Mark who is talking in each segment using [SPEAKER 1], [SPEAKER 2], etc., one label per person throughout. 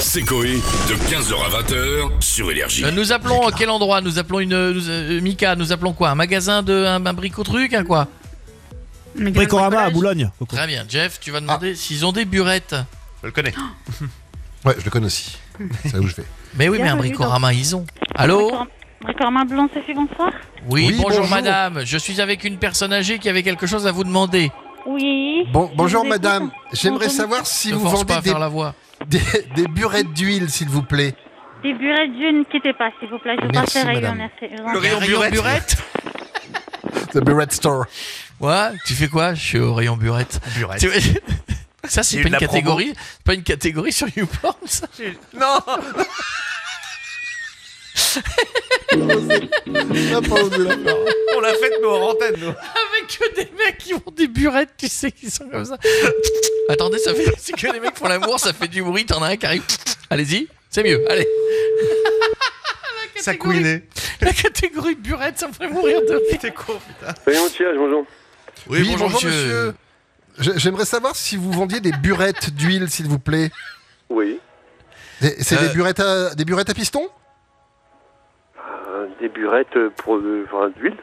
[SPEAKER 1] Secoé de 15h à 20h sur Énergie.
[SPEAKER 2] Euh, Nous appelons euh, quel endroit Nous appelons une nous- euh, Mika, nous appelons quoi Un magasin de un, un bricotruc, un quoi
[SPEAKER 3] Mais
[SPEAKER 4] Bricorama à Boulogne.
[SPEAKER 2] Très bien. Jeff, tu vas demander s'ils ont des burettes.
[SPEAKER 5] Je le connais.
[SPEAKER 6] Ouais, je le connais aussi. C'est là où je vais.
[SPEAKER 2] Mais oui, mais un
[SPEAKER 3] Bienvenue dans-
[SPEAKER 2] bricorama, ils ont. Allô
[SPEAKER 3] Bricorama blanc, Sophie, bonsoir.
[SPEAKER 2] oui,
[SPEAKER 6] Oui,
[SPEAKER 2] bonjour,
[SPEAKER 6] bonjour.
[SPEAKER 2] madame. Je suis avec une personne âgée qui avait quelque chose à vous demander.
[SPEAKER 3] Oui.
[SPEAKER 6] Bon,
[SPEAKER 3] je
[SPEAKER 6] bonjour
[SPEAKER 3] vous écoute.
[SPEAKER 6] madame. J'aimerais
[SPEAKER 3] Bonjour.
[SPEAKER 6] savoir si
[SPEAKER 2] ne
[SPEAKER 6] vous
[SPEAKER 2] force
[SPEAKER 6] vendez
[SPEAKER 2] pas à
[SPEAKER 6] des,
[SPEAKER 2] faire la voix.
[SPEAKER 6] des- des burettes d'huile, s'il vous plaît.
[SPEAKER 3] Des burettes d'une, ne quittez pas, s'il vous plaît. Je vous
[SPEAKER 6] Merci,
[SPEAKER 3] passerai.
[SPEAKER 6] madame.
[SPEAKER 3] Merci.
[SPEAKER 5] Le
[SPEAKER 2] Il y a un
[SPEAKER 5] rayon
[SPEAKER 2] rayon
[SPEAKER 5] burette.
[SPEAKER 2] burette
[SPEAKER 6] The Burette Store.
[SPEAKER 2] Ouais, tu fais quoi Je suis au rayon burette.
[SPEAKER 5] Burette.
[SPEAKER 2] Tu vois- Ça,
[SPEAKER 5] Il y a eu
[SPEAKER 2] c'est pas
[SPEAKER 5] de
[SPEAKER 2] une
[SPEAKER 5] la promo.
[SPEAKER 2] catégorie. c'est Pas une catégorie sur YouPorn, ça.
[SPEAKER 5] Non
[SPEAKER 6] Ah, pas au boulot.
[SPEAKER 5] On l'a fait, mais en antenne, nous.
[SPEAKER 2] Avec que des mecs qui ont des burettes, tu sais, qui sont comme ça. Attendez, ça fait. C'est que les mecs font l'amour, ça fait du bruit, t'en as un qui arrive. Allez-y, c'est mieux, allez. La
[SPEAKER 5] Ça
[SPEAKER 2] catégorie-
[SPEAKER 5] couinait.
[SPEAKER 2] La catégorie burette, ça me fait mourir de rire.
[SPEAKER 5] T'es con, putain.
[SPEAKER 7] Rayon outillage, bonjour.
[SPEAKER 6] Oui, bonjour, monsieur. Je- J'aimerais savoir si vous vendiez des burettes d'huile, s'il vous plaît.
[SPEAKER 7] Oui.
[SPEAKER 6] Des- C'est
[SPEAKER 2] Euh.
[SPEAKER 6] des, burettes à, des burettes à piston
[SPEAKER 7] Euh, des burettes euh, pour euh, enfin, d'huile.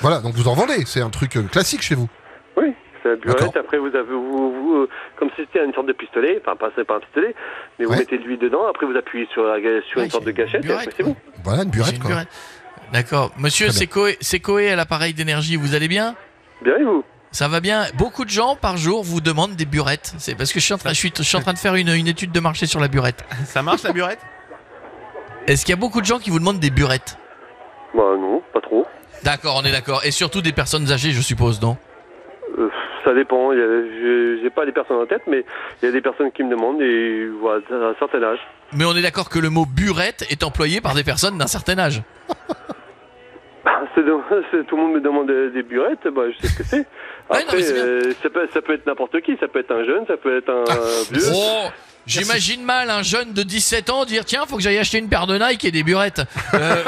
[SPEAKER 6] Voilà, donc vous en vendez. C'est un truc euh, classique chez vous.
[SPEAKER 7] Oui. C'est la burette.
[SPEAKER 6] D'accord.
[SPEAKER 7] Après, vous avez, vous, vous, euh, comme si c'était une sorte de pistolet. Enfin, pas, c'est pas un pistolet, mais vous
[SPEAKER 6] Ouais.
[SPEAKER 7] mettez de l'huile dedans. Après, vous appuyez sur, la, ga- sur
[SPEAKER 2] Ouais,
[SPEAKER 7] une sorte
[SPEAKER 2] j'ai
[SPEAKER 7] de gâchette.
[SPEAKER 2] une burette,
[SPEAKER 7] et après, c'est bon.
[SPEAKER 6] Voilà, une
[SPEAKER 2] J'ai
[SPEAKER 6] burette,
[SPEAKER 2] une
[SPEAKER 6] quoi.
[SPEAKER 2] burette. D'accord. Monsieur
[SPEAKER 6] Très bien.
[SPEAKER 2] Sekoe Sekoe à l'appareil d'énergie, vous allez bien
[SPEAKER 7] Bien, et vous
[SPEAKER 2] ça va bien. Beaucoup de gens par jour vous demandent des burettes. C'est parce que je suis en train, je suis, je suis en train de faire une, une étude de marché sur la burette.
[SPEAKER 5] Ça marche, la burette
[SPEAKER 2] Est-ce qu'il y a beaucoup de gens qui vous demandent des burettes
[SPEAKER 7] Bah, non, pas trop.
[SPEAKER 2] D'accord, on est d'accord. Et surtout des personnes âgées, je suppose, non
[SPEAKER 7] Euh, ça dépend. Il y a- je- J'ai pas les personnes en tête, mais il y a des personnes qui me demandent et voilà, à un certain âge.
[SPEAKER 2] Mais on est d'accord que le mot burette est employé par des personnes d'un certain âge.
[SPEAKER 7] C'est de- c'est- tout le monde me demande des, des burettes, bah, je sais ce que c'est.
[SPEAKER 2] Ouais, non, mais
[SPEAKER 7] Après,
[SPEAKER 2] c'est bien.
[SPEAKER 7] euh, ça, peut, ça peut être n'importe qui, ça peut être un jeune, ça peut être un vieux.
[SPEAKER 2] Oh J'imagine mal un jeune de 17 ans dire tiens, faut que j'aille acheter une paire de Nike et des burettes. Euh,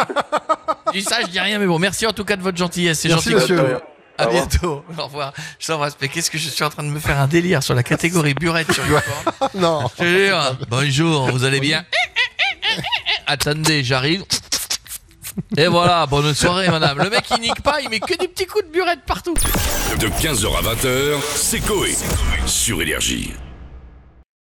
[SPEAKER 2] je dis ça, je dis rien, mais bon, merci en tout cas de votre gentillesse. C'est
[SPEAKER 6] Merci,
[SPEAKER 2] gentil.
[SPEAKER 6] monsieur.
[SPEAKER 2] À
[SPEAKER 7] Au revoir.
[SPEAKER 2] bientôt. Au revoir. Je t'embrasse. Mais qu'est-ce que je suis en train de me faire un délire sur la catégorie burette sur YouPorn.
[SPEAKER 6] Ah, non.
[SPEAKER 2] Je te jure. Bonjour, vous allez bien Eh, Attendez, j'arrive. Et voilà, bonne soirée, madame. Le mec, il nique pas, il met que des petits coups de burette partout.
[SPEAKER 1] De 15h à 20h, c'est Coé sur Énergie.